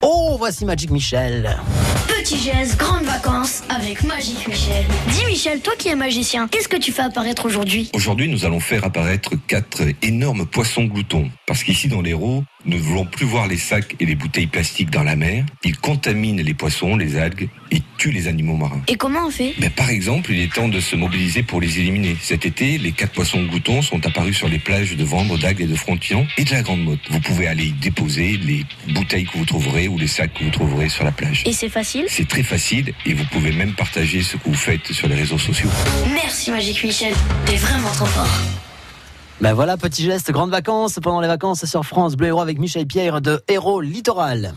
Oh, voici Magic Michel. Petit geste, grandes vacances avec Magique Michel. Dis Michel, toi qui es magicien, qu'est-ce que tu fais apparaître aujourd'hui Aujourd'hui, nous allons faire apparaître quatre énormes poissons gloutons. Parce qu'ici, dans l'Hérault, nous ne voulons plus voir les sacs et les bouteilles plastiques dans la mer. Ils contaminent les poissons, les algues et tuent les animaux marins. Et comment on fait Ben, par exemple, il est temps de se mobiliser pour les éliminer. Cet été, les quatre poissons gloutons sont apparus sur les plages de Vendre, d'Agde et de Frontillon et de la Grande Motte. Vous pouvez aller y déposer les bouteilles que vous trouverez ou les sacs que vous trouverez sur la plage. Et c'est facile C'est très facile et vous pouvez même partager ce que vous faites sur les réseaux sociaux. Merci Magique Michel, t'es vraiment trop fort. Ben voilà, petit geste, grandes vacances pendant les vacances sur France Bleu Héros avec Michel Pierre de Héros Littoral.